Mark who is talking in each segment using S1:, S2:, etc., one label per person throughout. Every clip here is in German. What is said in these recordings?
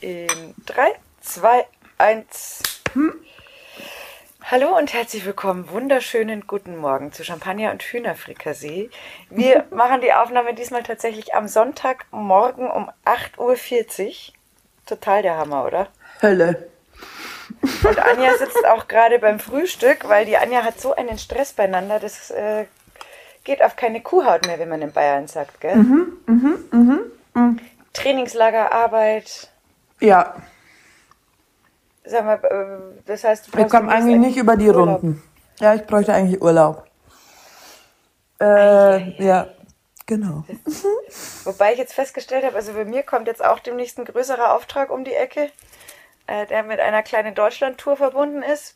S1: In 3, 2, 1. Hallo und herzlich willkommen. Wunderschönen guten Morgen zu Champagner und Hühnerfrikassee. Wir machen die Aufnahme diesmal tatsächlich am Sonntagmorgen um 8.40 Uhr. Total der Hammer, oder?
S2: Hölle.
S1: Und Anja sitzt auch gerade beim Frühstück, weil die Anja hat so einen Stress beieinander, das äh, geht auf keine Kuhhaut mehr, wie man in Bayern sagt, gell? Trainingslager, Arbeit,
S2: Ja,
S1: sag mal, äh, das heißt, du
S2: wir
S1: brauchst
S2: kommen
S1: demnächst
S2: eigentlich nicht über die
S1: Urlaub.
S2: Runden. Ja, ich bräuchte eigentlich Urlaub.
S1: Ei, ei,
S2: Äh, ja, genau.
S1: Wobei ich jetzt festgestellt habe, also bei mir kommt jetzt auch demnächst ein größerer Auftrag um die Ecke, äh, der mit einer kleinen Deutschland-Tour verbunden ist.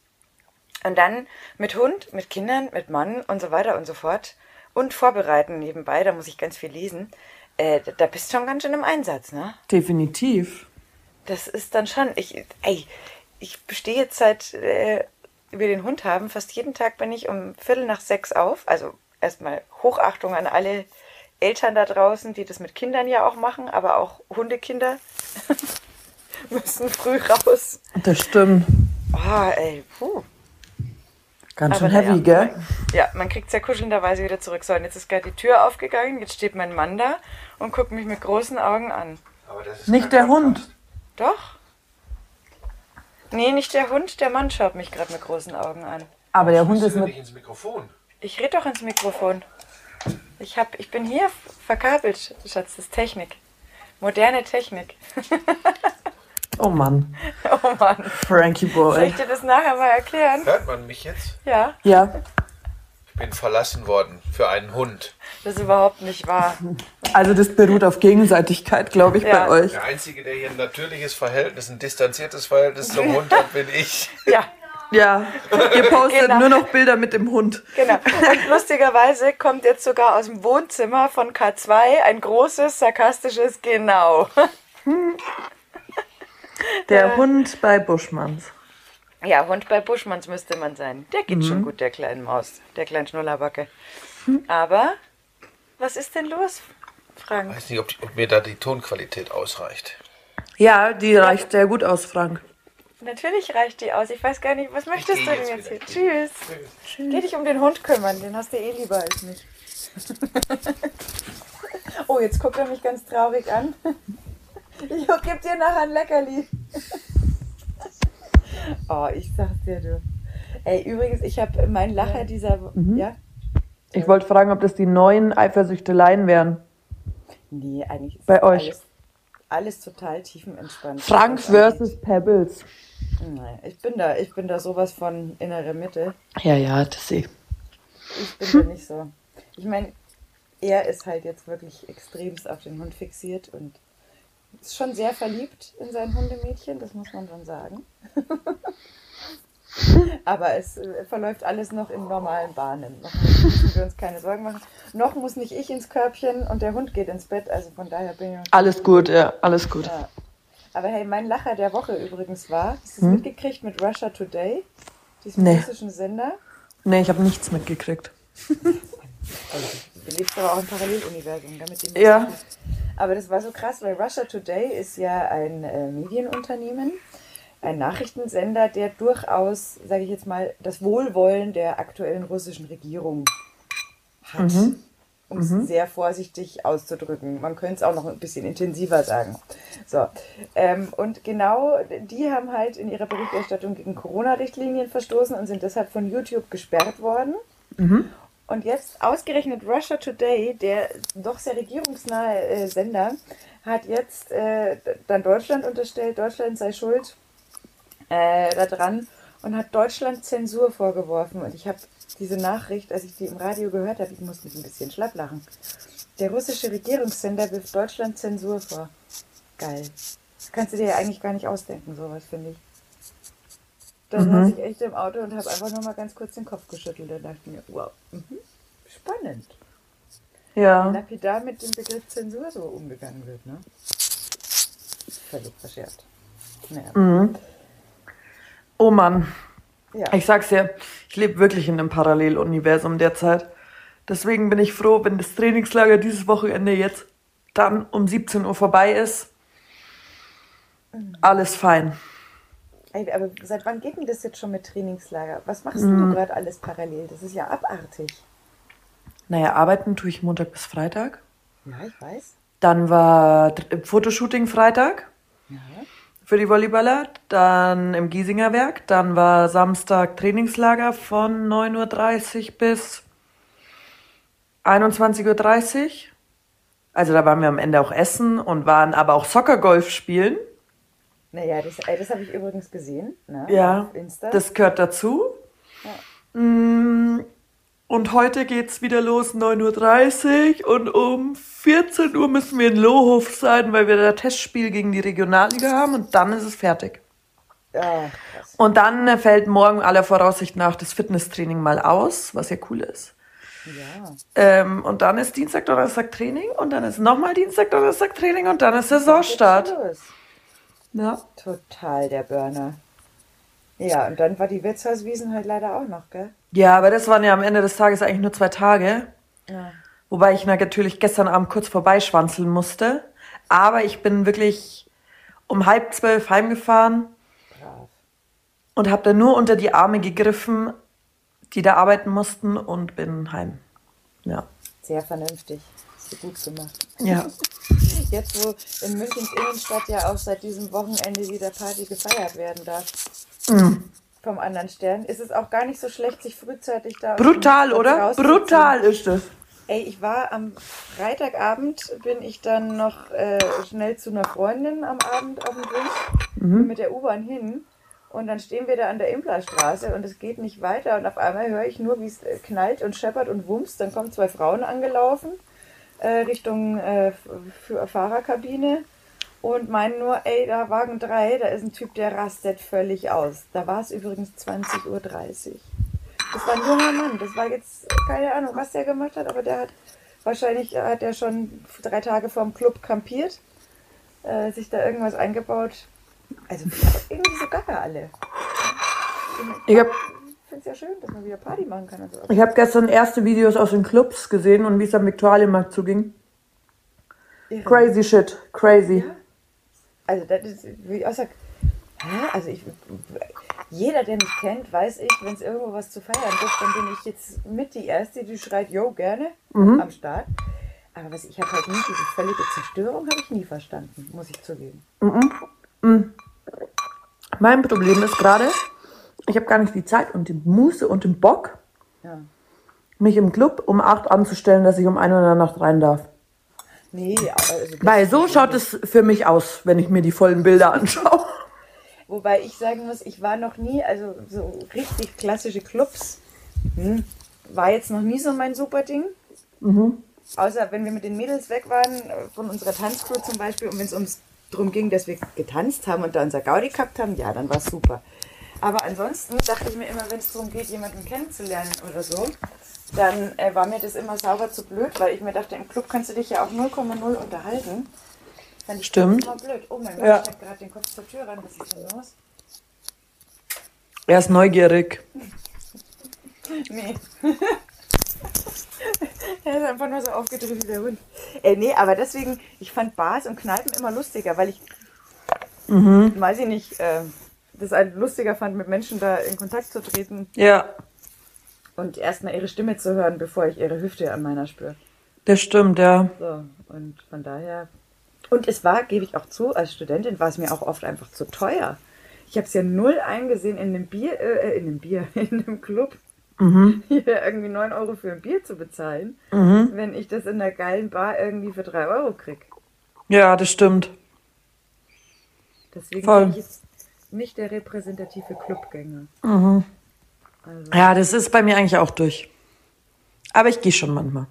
S1: Und dann mit Hund, mit Kindern, mit Mann und so weiter und so fort. Und vorbereiten nebenbei, da muss ich ganz viel lesen. Äh, da- da bist du schon ganz schön im Einsatz, ne?
S2: Definitiv.
S1: Das ist dann schon. Ich, ey, ich bestehe jetzt seit äh, wir den Hund haben. Fast jeden Tag bin ich um Viertel nach sechs auf. Also erstmal Hochachtung an alle Eltern da draußen, die das mit Kindern ja auch machen, aber auch Hundekinder müssen früh raus.
S2: Das stimmt.
S1: Oh, ey, puh.
S2: Ganz schön
S1: naja,
S2: heavy, gell?
S1: Ja, man kriegt es ja kuschelnderweise wieder zurück. So, und jetzt ist gerade die Tür aufgegangen. Jetzt steht mein Mann da und guckt mich mit großen Augen an.
S3: Aber das ist
S2: Nicht der Hund.
S1: Doch? Nee, nicht der Hund, der Mann schaut mich gerade mit großen Augen an.
S2: Aber der Hund
S3: Hund
S2: ist
S3: ist
S2: mit.
S3: nicht ins Mikrofon.
S1: Ich rede doch ins Mikrofon. Ich, hab, ich bin hier verkabelt, Schatz. Das ist Technik. Moderne Technik.
S2: Oh Mann,
S1: Oh Mann.
S2: Frankie
S1: Soll ich
S2: Boy.
S1: dir das nachher mal erklären?
S3: Hört man mich jetzt?
S1: Ja,
S2: Ja,
S3: Ich bin verlassen worden für einen Hund.
S1: das ist überhaupt nicht wahr.
S2: also das beruht auf Gegenseitigkeit, glaube ich,
S1: Ja.
S2: bei euch.
S3: Der Einzige, der hier ein natürliches Verhältnis, ein distanziertes Verhältnis zum Hund hat, bin ich.
S1: Ja,
S2: Ja, ihr postet
S1: Genau.
S2: nur noch Bilder mit dem Hund.
S1: genau. Und lustigerweise kommt jetzt sogar aus dem Wohnzimmer von K2 ein großes, sarkastisches Genau.
S2: Der Hund bei Buschmanns.
S1: Ja, Hund bei Buschmanns müsste man sein. Der geht schon gut, der kleinen Maus, der kleinen Schnullerbacke. Aber was ist denn los,
S3: Ich
S1: Frank?
S3: weiß nicht, ob, die, ob mir da die Tonqualität ausreicht.
S2: Ja, die reicht sehr gut aus, Frank.
S1: Natürlich reicht die aus. Ich weiß gar nicht, was möchtest
S3: geh
S1: du denn jetzt
S3: jetzt
S1: hier?
S3: wieder.
S1: Tschüss. Geh dich um den Hund kümmern, den hast du eh lieber als mich. oh, jetzt guckt er mich ganz traurig an. Ich geb dir nachher ein Leckerli. oh, ich sag's dir, du. Ey, übrigens, ich habe mein Lacher dieser... Ja? Mhm.
S2: Ich wollte fragen, ob das die neuen Eifersüchteleien wären.
S1: Nee, eigentlich ist
S2: Bei
S1: das
S2: euch?
S1: Alles, alles total tiefenentspannt.
S2: Frank
S1: Was das angeht.
S2: versus Pebbles.
S1: Nein, ich bin da, ich bin da sowas von innere Mitte.
S2: Ja, ja, das sehe
S1: Ich bin da nicht so. Ich meine, er ist halt jetzt wirklich extremst auf den Hund fixiert und ist schon sehr verliebt in sein Hundemädchen, das muss man schon sagen. Aber es äh, verläuft alles noch in normalen Bahnen. Noch müssen wir uns keine Sorgen machen. Noch muss nicht ich ins Körbchen und der Hund geht ins Bett. Also von daher bin ich
S2: Alles gut, ja, alles gut.
S1: Ja. Aber hey, mein Lacher der Woche übrigens war, hast du es mitgekriegt mit Russia Today, diesem
S2: Hm? Nee.
S1: russischen Sender?
S2: Nee, ich habe nichts mitgekriegt.
S1: Du lebst aber auch im Paralleluniversum, damit die
S2: Ja.
S1: Aber das war so krass, weil Russia Today ist ja ein äh, Medienunternehmen, ein Nachrichtensender, der durchaus, sage ich jetzt mal, das Wohlwollen der aktuellen russischen Regierung hat. Um es sehr vorsichtig auszudrücken. Man könnte es auch noch ein bisschen intensiver sagen. So. Ähm, und genau die haben halt in ihrer Berichterstattung gegen Corona-Richtlinien verstoßen und sind deshalb von YouTube gesperrt worden. Und jetzt ausgerechnet Russia Today, der doch sehr regierungsnahe äh, Sender, hat jetzt äh, d- dann Deutschland unterstellt, Deutschland sei schuld äh, daran und hat Deutschland Zensur vorgeworfen. Und ich habe diese Nachricht, als ich die im Radio gehört habe, ich musste mich ein bisschen schlapp lachen. Der russische Regierungssender wirft Deutschland Zensur vor. Geil. Das kannst du dir ja eigentlich gar nicht ausdenken, sowas, finde ich. Da
S2: Mhm.
S1: saß ich echt im Auto und habe einfach nur mal ganz kurz den Kopf geschüttelt und dachte mir, wow, mhm, spannend.
S2: Ja.
S1: Lapidar mit dem Begriff Zensur so umgegangen wird, ne? Völlig verschärft. Naja.
S2: Mhm. Oh Mann,
S1: Ja.
S2: ich sag's dir, ich lebe wirklich in einem Paralleluniversum derzeit. Deswegen bin ich froh, wenn das Trainingslager dieses Wochenende jetzt dann um 17 Uhr vorbei ist
S1: Mhm.
S2: Alles fein.
S1: Ey, Aber seit wann geht denn das jetzt schon mit Trainingslager? Was machst denn
S2: Mhm.
S1: du gerade alles parallel? Das ist ja abartig.
S2: Naja, arbeiten tue ich Montag bis Freitag.
S1: Ja, ich weiß.
S2: Dann war dr- Fotoshooting Freitag für die Volleyballer, dann im Giesinger Werk, dann war Samstag Trainingslager von 9.30 Uhr bis 21.30 Uhr. Also da waren wir am Ende auch essen und waren aber auch Soccergolf spielen.
S1: Naja, das, ey, das habe ich übrigens gesehen. Ne?
S2: Ja,
S1: Auf Insta.
S2: das gehört dazu. Mm, Und heute geht's wieder los, 9.30 Uhr und um 14 Uhr müssen wir in Lohhof sein, weil wir da Testspiel gegen die Regionalliga haben und dann ist es fertig.
S1: Ach, krass.
S2: Und dann äh, fällt morgen aller Voraussicht nach das Fitnesstraining mal aus, was ja cool ist.
S1: Ja.
S2: Ähm, und dann ist Dienstag, Donnerstag Training und dann ist nochmal Dienstag, Donnerstag Training und dann ist Saisonstart.
S1: Los.
S2: Ja.
S1: Total der Burner. Ja, und dann war die Wirtshauswiesen halt leider auch noch, gell?
S2: ja, aber das waren ja am Ende des Tages eigentlich nur zwei Tage.
S1: Ja.
S2: Wobei ich natürlich gestern Abend kurz vorbeischwanzeln musste. Aber ich bin wirklich um halb zwölf heimgefahren
S1: Brav.
S2: und habe dann nur unter die Arme gegriffen, die da arbeiten mussten und bin heim. Ja.
S1: Sehr vernünftig. Hast du gut gemacht.
S2: Ja.
S1: Jetzt, wo in Münchens Innenstadt ja auch seit diesem Wochenende wieder Party gefeiert werden darf.
S2: Mhm.
S1: Vom anderen Stern. Ist es auch gar nicht so schlecht, sich frühzeitig da. aus dem
S2: Brutal,
S1: Haus
S2: oder?
S1: rauszuziehen.
S2: Brutal ist es.
S1: Ey, ich war am Freitagabend, bin ich dann noch äh, schnell zu einer Freundin am Abend auf dem Weg bin mit der U-Bahn hin. Und dann stehen wir da an der Implerstraße und es geht nicht weiter. Und auf einmal höre ich nur, wie es äh, knallt und scheppert und wumst. Dann kommen zwei Frauen angelaufen äh, Richtung äh, F- für Fahrerkabine und meinen nur, ey, da Wagen 3, da ist ein Typ, der rastet völlig aus. Da war es übrigens 20.30 Uhr. Das war ein junger Mann, das war jetzt keine Ahnung, was der gemacht hat, aber der hat wahrscheinlich äh, hat er schon drei Tage vorm Club kampiert, äh, sich da irgendwas eingebaut. Also irgendwie so gaga alle.
S2: Ich habe
S1: Ich finde es ja schön, dass man wieder Party machen kann und so.
S2: ich hab gestern erste Videos aus den Clubs gesehen und wie es am Viktualienmarkt zuging.
S1: Irre.
S2: Crazy shit. Crazy.
S1: Also das ist, wie ich auch sag, hä? also ich, jeder, der mich kennt, weiß ich, wenn es irgendwo was zu feiern gibt, dann bin ich jetzt mit die Erste, die schreit, yo, gerne, am Start. Aber was, ich habe halt nie, diese völlige Zerstörung habe ich nie verstanden, muss ich zugeben.
S2: Mein Problem ist gerade, ich habe gar nicht die Zeit und die Muße und den Bock,
S1: Ja.
S2: mich im Club um 8 anzustellen, dass ich um 1 Uhr in der Nacht rein darf.
S1: Nee, also das-
S2: Weil so schaut es für mich aus, wenn ich mir die vollen Bilder anschaue.
S1: Wobei ich sagen muss, ich war noch nie, also so richtig klassische Clubs, hm, war jetzt noch nie so mein super Ding. Außer wenn wir mit den Mädels weg waren, äh, von unserer Tanzcrew zum Beispiel, und wenn es uns darum ging, dass wir getanzt haben und da unser Gaudi gehabt haben, ja, dann war es super. Aber ansonsten dachte ich mir immer, wenn es darum geht, jemanden kennenzulernen oder so, dann äh, war mir das immer sauber zu blöd, weil ich mir dachte, im Club kannst du dich ja auch 0,0 unterhalten. Fand ich
S2: Stimmt.
S1: total blöd. Oh mein Gott,
S2: Ja.
S1: ich hab gerade den Kopf zur Tür ran. Was ist denn los?
S2: Er ist neugierig.
S1: Nee. er ist einfach nur so aufgedreht wie der Hund. Äh, nee, aber deswegen, ich fand Bars und Kneipen immer lustiger, weil ich, weiß ich nicht, äh, das ein lustiger fand, mit Menschen da in Kontakt zu treten
S2: Ja,
S1: und erstmal ihre Stimme zu hören, bevor ich ihre Hüfte an meiner spüre.
S2: das stimmt, ja.
S1: So, und von daher. Und es war, gebe ich auch zu, als Studentin war es mir auch oft einfach zu teuer. Ich habe es ja null eingesehen, in einem Bier, äh, in einem Bier, in einem Club hier irgendwie 9 Euro für ein Bier zu bezahlen, wenn ich das in einer geilen Bar irgendwie für 3 Euro krieg.
S2: Ja, das stimmt.
S1: Deswegen
S2: Voll.
S1: bin ich jetzt nicht der repräsentative Clubgänger.
S2: Mhm. Ja, das ist bei mir eigentlich auch durch. Aber ich gehe schon manchmal.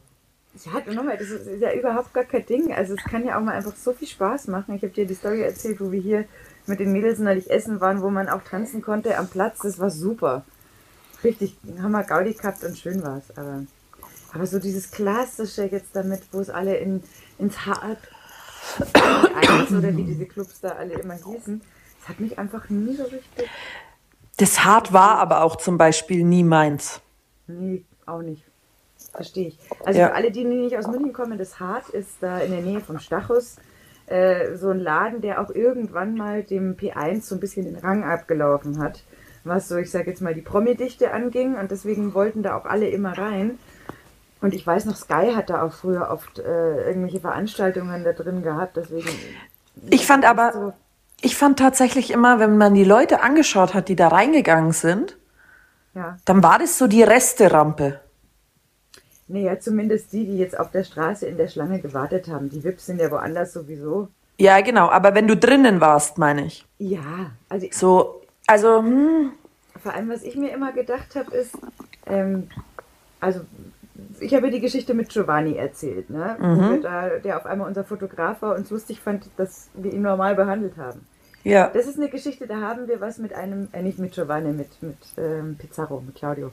S1: Ja, du nochmal, das ist ja überhaupt gar kein Ding. Also es kann ja auch mal einfach so viel Spaß machen. Ich habe dir die Story erzählt, wo wir hier mit den Mädels neulich essen waren, wo man auch tanzen konnte am Platz. Das war super. Richtig, haben wir Gaudi gehabt und schön war's. Aber, aber so dieses Klassische jetzt damit, wo es alle in, ins Hart eins oder wie diese Clubs da alle immer hießen, das hat mich einfach nie so richtig...
S2: Das Hart war aber auch zum Beispiel nie meins.
S1: Nee, auch nicht. Verstehe ich. Also
S2: Ja.
S1: für alle, die nicht aus München kommen, das Hart ist da in der Nähe vom Stachus. äh, so ein Laden, der auch irgendwann mal dem P1 so ein bisschen den Rang abgelaufen hat, was so, ich sage jetzt mal, die Promi-Dichte anging und deswegen wollten da auch alle immer rein. Und ich weiß noch, Sky hat da auch früher oft äh, irgendwelche Veranstaltungen da drin gehabt, deswegen.
S2: Ich fand aber, ich fand tatsächlich immer, wenn man die Leute angeschaut hat, die da reingegangen sind,
S1: Ja.
S2: dann war das so die Resterampe.
S1: Naja, zumindest die, die jetzt auf der Straße in der Schlange gewartet haben. Die Wips sind ja woanders sowieso.
S2: Ja, genau, aber wenn du drinnen warst, meine ich.
S1: Ja, also
S2: So, also, hm,
S1: vor allem, was ich mir immer gedacht habe, ist, ähm, also ich habe ja die Geschichte mit Giovanni erzählt, ne? Wo wir da, der auf einmal unser Fotograf war und es lustig fand, dass wir ihn normal behandelt haben.
S2: ja.
S1: Das ist eine Geschichte, da haben wir was mit einem, äh, nicht mit Giovanni, mit, mit ähm, Pizarro, mit Claudio.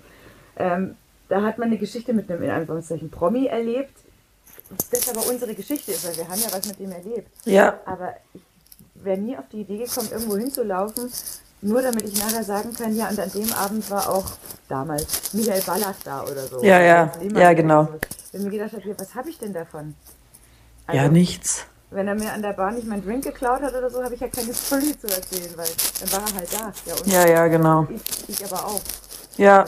S1: Ähm, da hat man eine Geschichte mit einem, in Anführungszeichen, Promi erlebt, das aber unsere Geschichte ist, weil wir haben ja was mit dem erlebt.
S2: Ja,
S1: Aber ich wäre nie auf die Idee gekommen, irgendwo hinzulaufen, nur damit ich nachher sagen kann, ja, und an dem Abend war auch damals Michael Ballack da oder so.
S2: Ja, ja.
S1: Oder Lehmann
S2: Ja,
S1: oder
S2: genau.
S1: so. Wenn mir gedacht habe, ja, was habe ich denn davon? Also,
S2: ja, nichts.
S1: Wenn er mir an der Bahn nicht meinen Drink geklaut hat oder so, habe ich ja keine Story zu erzählen, weil dann war er halt da. Ja, und
S2: Ja, Ah. ja, genau.
S1: ich, ich aber auch.
S2: Ja.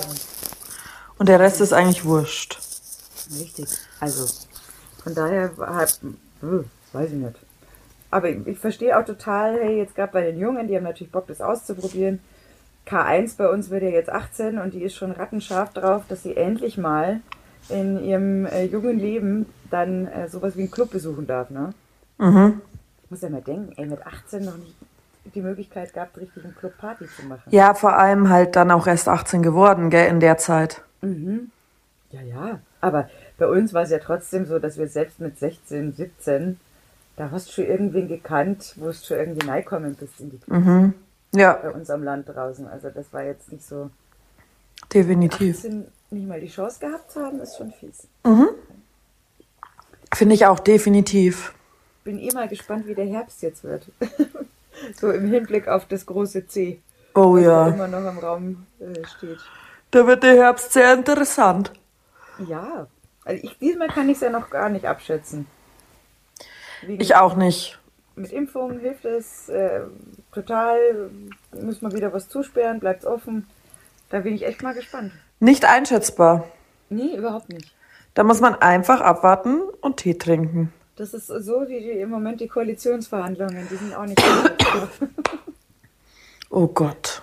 S2: Und der Rest ist eigentlich wurscht.
S1: Richtig. Also, von daher halt, weiß ich nicht. Aber ich, ich verstehe auch total, hey, jetzt gerade bei den Jungen, die haben natürlich Bock, das auszuprobieren. K1 bei uns wird ja jetzt 18 und die ist schon rattenscharf drauf, dass sie endlich mal in ihrem äh, jungen Leben dann äh, sowas wie einen Club besuchen darf, ne?
S2: Mhm.
S1: Muss ja mal denken, ey, mit 18 noch nicht die Möglichkeit gehabt, richtig einen Club Party zu machen.
S2: Ja, vor allem halt dann auch erst 18 geworden, gell, in der Zeit.
S1: Ja, ja. Aber bei uns war es ja trotzdem so, dass wir selbst mit 16, 17, da hast du schon irgendwen gekannt, wo es schon irgendwie reinkommen bist in die
S2: Mhm. Ja,
S1: bei uns am Land draußen. Also das war jetzt nicht so.
S2: definitiv.
S1: 18 nicht mal die Chance gehabt zu haben, ist schon fies.
S2: Finde ich auch definitiv.
S1: Bin eh mal gespannt, wie der Herbst jetzt wird. so im Hinblick auf das große C,
S2: Oh
S1: was da
S2: ja.
S1: immer noch im Raum äh, steht.
S2: Da wird der Herbst sehr interessant.
S1: Ja. Also ich, diesmal kann ich es ja noch gar nicht abschätzen. Wegen
S2: Ich auch nicht.
S1: mit Impfungen hilft es äh, total. Muss man wieder was zusperren, bleibt offen. Da bin ich echt mal gespannt.
S2: Nicht einschätzbar.
S1: Nee, überhaupt nicht.
S2: Da muss man einfach abwarten und Tee trinken.
S1: Das ist so wie die, im Moment die Koalitionsverhandlungen. Die sind auch nicht. gut.
S2: Oh Gott.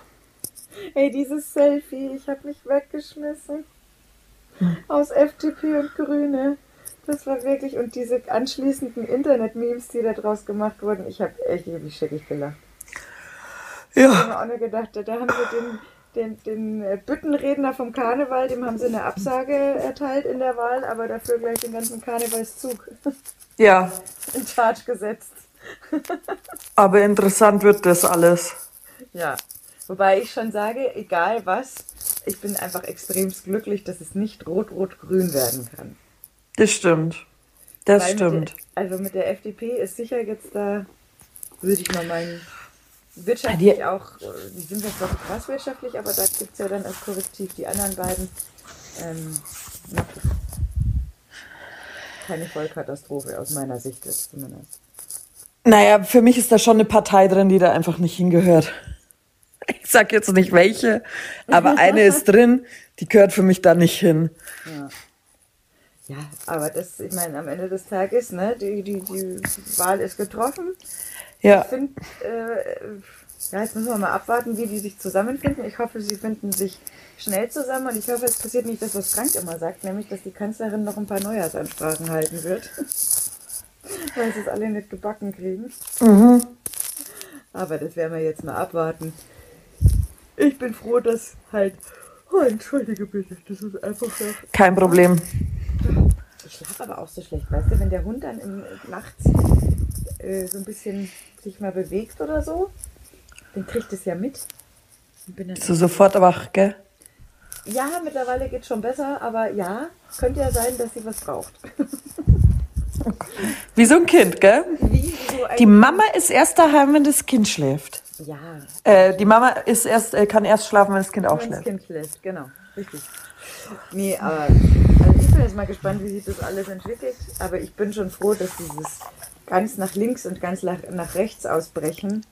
S1: hey, dieses Selfie, ich habe mich weggeschmissen. Aus FDP und Grüne. Das war wirklich. Und diese anschließenden Internet-Memes, die da draus gemacht wurden, ich habe echt ewig schickig gelacht.
S2: Ja.
S1: mir auch nur gedacht, da haben sie den, den, den äh, Büttenredner vom Karneval, dem haben sie eine Absage erteilt in der Wahl, aber dafür gleich den ganzen Karnevalszug
S2: Ja.
S1: in Charge gesetzt.
S2: Aber interessant wird das alles.
S1: Ja. Wobei ich schon sage, egal was, ich bin einfach extremst glücklich, dass es nicht rot-rot-grün werden kann.
S2: Das stimmt. Das
S1: Weil
S2: stimmt.
S1: Mit der, also mit der FDP ist sicher jetzt da, würde ich mal meinen,
S2: Ja,
S1: wirtschaftlich
S2: die-
S1: auch, äh, die sind jetzt doch krass wirtschaftlich, aber da gibt es ja dann als Korrektiv die anderen beiden. Ähm, na, keine Vollkatastrophe aus meiner Sicht ist zumindest.
S2: Naja, für mich ist da schon eine Partei drin, die da einfach nicht hingehört. Ich sag jetzt nicht welche, aber eine ist drin, die gehört für mich da nicht hin.
S1: Ja, aber das, ich meine, am Ende des Tages, ne, die, die, die Wahl ist getroffen.
S2: Ja,
S1: Ich finde, äh, ja, jetzt müssen wir mal abwarten, wie die sich zusammenfinden. Ich hoffe, sie finden sich schnell zusammen und ich hoffe, es passiert nicht das, was Frank immer sagt, nämlich, dass die Kanzlerin noch ein paar Neujahrsansprachen halten wird. Weil sie es alle nicht gebacken kriegen. Aber das werden wir jetzt mal abwarten. Ich bin froh, dass halt. Oh, entschuldige bitte, das ist einfach so.
S2: kein Problem.
S1: Ich schlafe aber auch so schlecht, weißt du, wenn der Hund dann im, nachts äh, so ein bisschen sich mal bewegt oder so, dann kriegt es ja mit. Und bin dann
S2: Bist du sofort wach, gell?
S1: ja, mittlerweile geht schon besser, aber ja, könnte ja sein, dass sie was braucht.
S2: Wie so ein Kind, gell?
S1: Wie so ein
S2: Die Mama ist erst daheim, wenn das Kind schläft.
S1: ja,
S2: Äh, die Mama ist erst, äh, kann erst schlafen, wenn das Kind auch
S1: wenn das Kind
S2: schläft.
S1: schläft, genau, richtig. Nee, äh, aber also ich bin jetzt mal gespannt, wie sich das alles entwickelt, aber ich bin schon froh, dass dieses ganz nach links und ganz nach, nach rechts ausbrechen,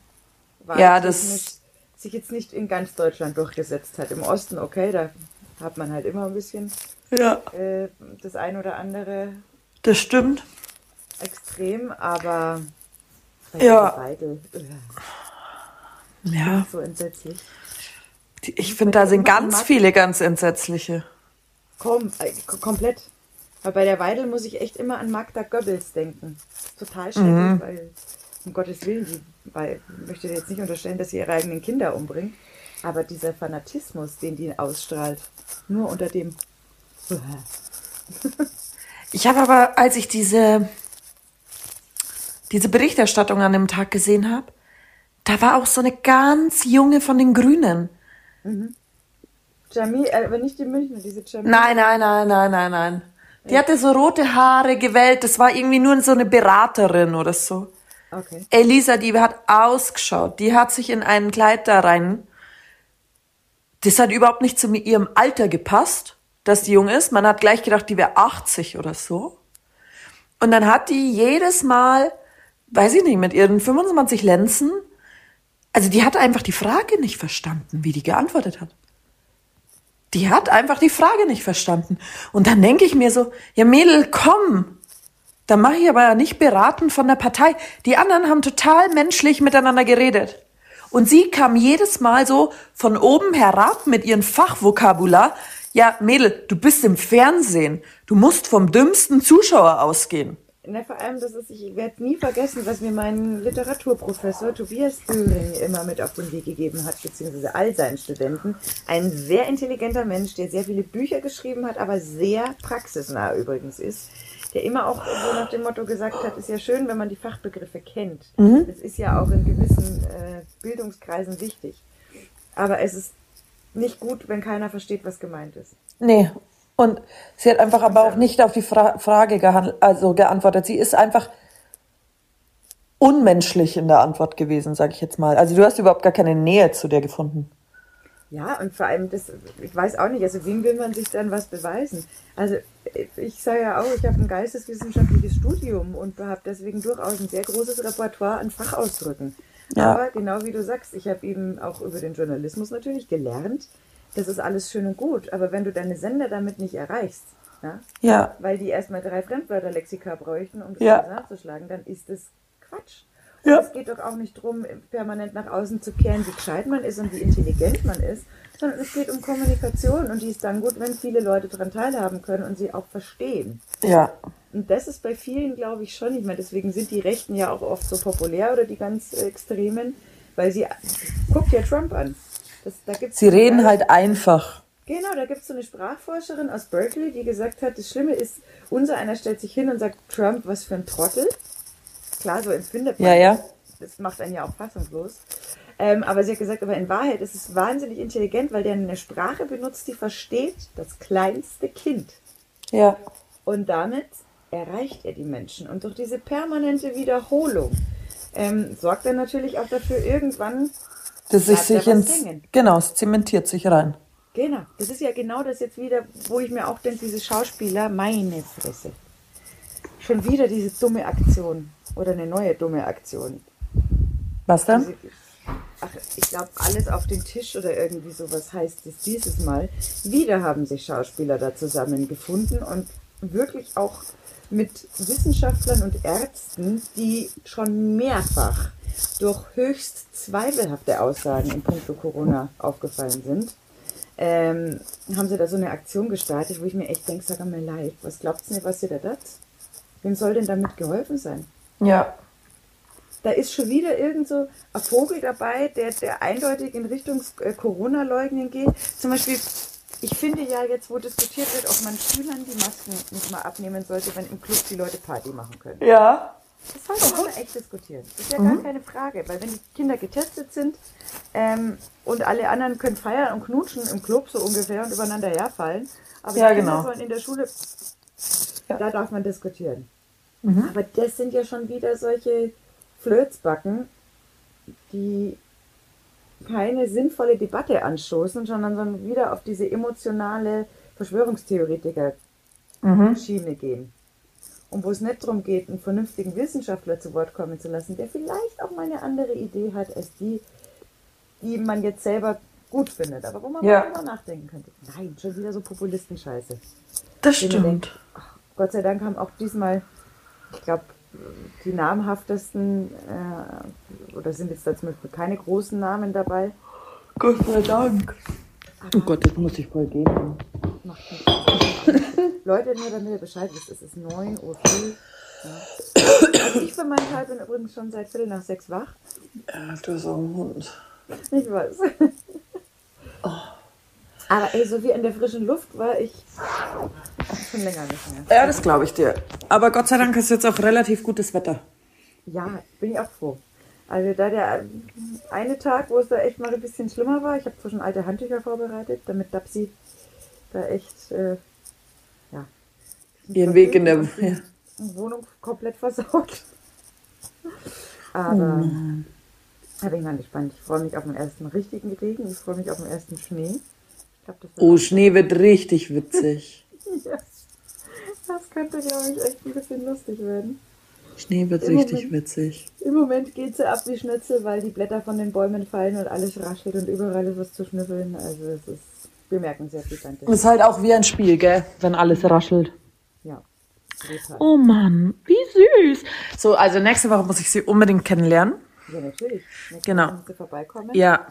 S1: war
S2: Ja,
S1: jetzt
S2: das-
S1: nicht, sich jetzt nicht in ganz Deutschland durchgesetzt hat. Im Osten, okay, da hat man halt immer ein bisschen
S2: Ja,
S1: äh, das ein oder andere
S2: das stimmt.
S1: extrem, aber bei
S2: Ja.
S1: Frau Weidel, äh,
S2: Ja,
S1: so entsetzlich.
S2: die- ich finde, da sind ganz viele ganz entsetzliche.
S1: Komm, äh, k- komplett. Weil bei der Weidel muss ich echt immer an Magda Goebbels denken. Total schrecklich, weil, um Gottes Willen, die, weil, ich möchte jetzt nicht unterstellen, dass sie ihre eigenen Kinder umbringt, aber dieser Fanatismus, den die ausstrahlt, nur unter dem.
S2: Ich habe aber, als ich diese, diese Berichterstattung an dem Tag gesehen habe, da war auch so eine ganz junge von den Grünen.
S1: Jamie, äh, aber nicht die Münchner, diese Jamie.
S2: Nein, nein, nein, nein, nein, nein. Die hatte so rote Haare gewellt. Das war irgendwie nur so eine Beraterin oder so.
S1: Okay.
S2: Elisa, die hat ausgeschaut. Die hat sich in ein Kleid da rein. Das hat überhaupt nicht zu ihrem Alter gepasst, dass die jung ist. Man hat gleich gedacht, die wäre 80 oder so. Und dann hat die jedes Mal, weiß ich nicht, mit ihren 25 Lenzen, also die hat einfach die Frage nicht verstanden, wie die geantwortet hat. Die hat einfach die Frage nicht verstanden. Und dann denke ich mir so, ja Mädel, komm, da mache ich aber ja nicht beraten von der Partei. Die anderen haben total menschlich miteinander geredet. Und sie kam jedes Mal so von oben herab mit ihren Fachvokabular. Ja, Mädel, du bist im Fernsehen. Du musst vom dümmsten Zuschauer ausgehen.
S1: Na, vor allem, das ist, ich werde nie vergessen, was mir mein Literaturprofessor Tobias Düring immer mit auf den Weg gegeben hat, beziehungsweise all seinen Studenten. Ein sehr intelligenter Mensch, der sehr viele Bücher geschrieben hat, aber sehr praxisnah übrigens ist. Der immer auch so nach dem Motto gesagt hat, ist ja schön, wenn man die Fachbegriffe kennt. Das ist ja auch in gewissen äh, Bildungskreisen wichtig. Aber es ist nicht gut, wenn keiner versteht, was gemeint ist.
S2: Nee. Und sie hat einfach aber auch nicht auf die Fra Frage gehandelt, also geantwortet. Sie ist einfach unmenschlich in der Antwort gewesen, sage ich jetzt mal. Also du hast überhaupt gar keine Nähe zu der gefunden.
S1: Ja, und vor allem, das, ich weiß auch nicht, also wem will man sich dann was beweisen? Also ich sage ja auch, ich habe ein geisteswissenschaftliches Studium und habe deswegen durchaus ein sehr großes Repertoire an Fachausdrücken.
S2: Ja.
S1: Aber genau wie du sagst, ich habe eben auch über den Journalismus natürlich gelernt, das ist alles schön und gut, aber wenn du deine Sender damit nicht erreichst, ja,
S2: Ja.
S1: weil die erstmal drei Fremdwörterlexika bräuchten, um das
S2: Ja.
S1: alles nachzuschlagen, dann ist das Quatsch. Und
S2: Ja.
S1: es geht doch auch nicht darum, permanent nach außen zu kehren, wie gescheit man ist und wie intelligent man ist, sondern es geht um Kommunikation und die ist dann gut, wenn viele Leute daran teilhaben können und sie auch verstehen.
S2: Ja.
S1: Und das ist bei vielen, glaube ich, schon nicht mehr. Deswegen sind die Rechten ja auch oft so populär oder die ganz äh, Extremen, weil sie, guckt ja Trump an. Das, da gibt's
S2: Sie reden halt einfach.
S1: Genau, da gibt es so eine Sprachforscherin aus Berkeley, die gesagt hat, das Schlimme ist, unser einer stellt sich hin und sagt, Trump, was für ein Trottel. Klar, so empfindet man
S2: Ja, ja.
S1: das. Das macht einen ja auch fassungslos. Ähm, aber sie hat gesagt, aber in Wahrheit ist es wahnsinnig intelligent, weil der eine Sprache benutzt, die versteht das kleinste Kind.
S2: Ja.
S1: Und damit erreicht er die Menschen. Und durch diese permanente Wiederholung ähm, sorgt er natürlich auch dafür, irgendwann
S2: Das sich,
S1: Bleibt da
S2: sich
S1: was
S2: ins,
S1: hängen?
S2: genau, es zementiert sich rein.
S1: Genau, das ist ja genau das jetzt wieder, wo ich mir auch denke, diese Schauspieler, meine Fresse. Schon wieder diese dumme Aktion oder eine neue dumme Aktion.
S2: Was dann?
S1: Ach, ich glaube, alles auf den Tisch oder irgendwie sowas heißt es dieses Mal. Wieder haben sich Schauspieler da zusammengefunden und wirklich auch mit Wissenschaftlern und Ärzten, die schon mehrfach durch höchst zweifelhafte Aussagen in puncto Corona aufgefallen sind, ähm, haben sie da so eine Aktion gestartet, wo ich mir echt denke, sag mal leid, was glaubt's denn, was ihr da tat? Wem soll denn damit geholfen sein?
S2: Ja.
S1: Da ist schon wieder irgend so ein Vogel dabei, der, der eindeutig in Richtung äh, Corona-Leugnen geht. Zum Beispiel, ich finde ja jetzt, wo diskutiert wird, ob man Schülern die Masken nicht mal abnehmen sollte, wenn im Club die Leute Party machen können.
S2: Ja.
S1: Das sollte man echt diskutieren. Das ist ja
S2: Mhm.
S1: gar keine Frage, weil wenn die Kinder getestet sind ähm, und alle anderen können feiern und knutschen im Club so ungefähr und übereinander herfallen, aber
S2: Ja,
S1: die Kinder
S2: genau.
S1: sollen in der Schule,
S2: Ja.
S1: da darf man diskutieren.
S2: Mhm.
S1: Aber das sind ja schon wieder solche Flötzbacken, die keine sinnvolle Debatte anstoßen, sondern sondern wieder auf
S2: Mhm.
S1: diese emotionale Verschwörungstheoretiker-Schiene gehen. und wo es nicht darum geht, einen vernünftigen Wissenschaftler zu Wort kommen zu lassen, der vielleicht auch mal eine andere Idee hat als die, die man jetzt selber gut findet, aber wo man
S2: Ja.
S1: mal drüber nachdenken könnte. Nein, schon wieder so Populistenscheiße.
S2: Das
S1: Wenn ihr
S2: stimmt.
S1: denkt, ach, Gott sei Dank haben auch diesmal, ich glaube, die namhaftesten, äh, oder sind jetzt da zum Beispiel keine großen Namen dabei,
S2: Gott sei Dank.
S4: Oh Gott, das muss ich voll geben.
S1: macht nichts. Leute, nur damit ihr Bescheid wisst, es ist 9 Uhr früh. Ja. Also ich für meinen Teil bin übrigens schon seit Viertel nach sechs wach.
S2: Du hast auch einen Hund.
S1: Ich weiß. Oh. Aber ey, so wie in der frischen Luft war ich schon länger nicht mehr.
S4: Ja, das glaube ich dir. Aber Gott sei Dank ist jetzt auch relativ gutes Wetter.
S1: Ja, bin ich auch froh. Also da der eine Tag, wo es da echt mal ein bisschen schlimmer war, ich habe zwar schon alte Handtücher vorbereitet, damit Dapsi da echt äh, ja,
S4: Ihren Weg in der. Ja.
S1: die Wohnung komplett versaut. Aber da bin ich mal gespannt. Ich freue mich auf den ersten richtigen Regen. Ich freue mich auf den ersten Schnee. Ich glaube, das,
S4: Oh,
S1: wird-
S4: Schnee wird richtig witzig.
S1: Ja. das könnte, glaube ich, echt ein bisschen lustig werden.
S4: Schnee wird
S1: Im
S4: richtig
S1: Moment.
S4: witzig.
S1: Im Moment geht sie ab wie Schnitzel, weil die Blätter von den Bäumen fallen und alles raschelt und überall ist was zu schnüffeln. Also es ist bemerkenswert, wie danke.
S4: Ist halt auch wie ein Spiel, gell? Wenn alles raschelt.
S1: Ja. Total.
S4: Oh Mann, wie süß. So, also nächste Woche muss ich sie unbedingt kennenlernen.
S1: Ja, natürlich. Nächstes
S4: Genau.
S1: Mal müssen Sie vorbeikommen
S4: Ja,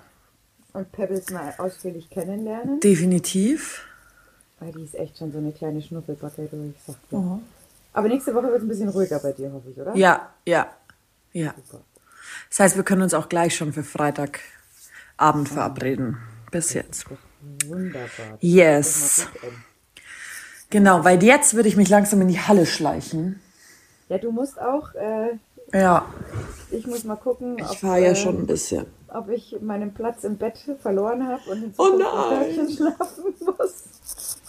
S1: und Pebbles mal ausführlich kennenlernen,
S4: definitiv.
S1: weil die ist echt schon so eine kleine Schnuffelbacke, du, ich sag dir. Aber nächste Woche wird es ein bisschen ruhiger bei dir, hoffe ich, oder?
S4: Mhm. Ja, ja, ja. Das heißt, wir können uns auch gleich schon für Freitagabend verabreden. Bis jetzt.
S1: Wunderbar.
S4: Yes. Genau, weil jetzt würde ich mich langsam in die Halle schleichen.
S1: Ja, du musst auch, äh,
S4: Ja,
S1: ich muss mal gucken,
S4: ich
S1: ob,
S4: fahre ja
S1: äh,
S4: schon ein bisschen.
S1: ob ich meinen Platz im Bett verloren habe und in Zukunft
S4: Oh nein.
S1: ein Stückchen schlafen muss.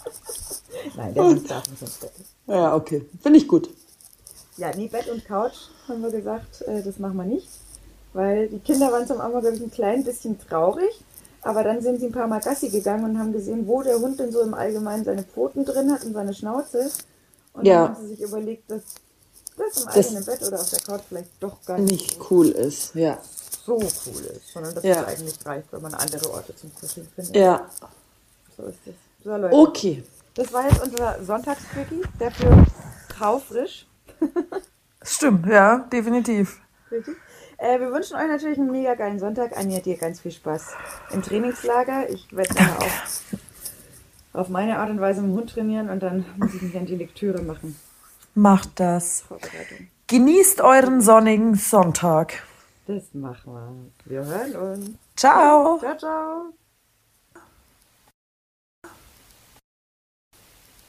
S1: nein, der Hund darf nicht ins Bett.
S4: Ja, okay. Finde ich gut.
S1: Ja, nee, Bett und Couch haben wir gesagt, äh, das machen wir nicht. Weil die Kinder waren zum Anfang, glaube ich, ein klein bisschen traurig. Aber dann sind sie ein paar Mal Gassi gegangen und haben gesehen, wo der Hund denn so im Allgemeinen seine Pfoten drin hat und seine Schnauze. Und
S4: Ja.
S1: dann haben sie sich überlegt, dass das im
S4: Das-
S1: eigenen Bett oder auf der Couch vielleicht doch gar nicht
S4: Nicht cool ist, ja.
S1: so cool ist, sondern dass
S4: Ja.
S1: es eigentlich reicht, wenn man andere Orte zum Kuscheln findet.
S4: Ja.
S1: So ist es. So, Leute.
S2: Oh.
S4: Okay.
S1: Das war jetzt unser Sonntagsquickie, dafür kaufrisch.
S2: Stimmt, ja, definitiv.
S1: Richtig. Äh, wir wünschen euch natürlich einen mega geilen Sonntag. Anja, dir ganz viel Spaß im Trainingslager. Ich werde dann auch auf meine Art und Weise mit dem Hund trainieren und dann muss ich mich an die Lektüre machen.
S2: Macht das.
S1: Vorbereitung.
S2: Genießt euren sonnigen Sonntag.
S1: Das machen wir. Wir hören uns.
S2: Ciao.
S1: Ciao, ciao.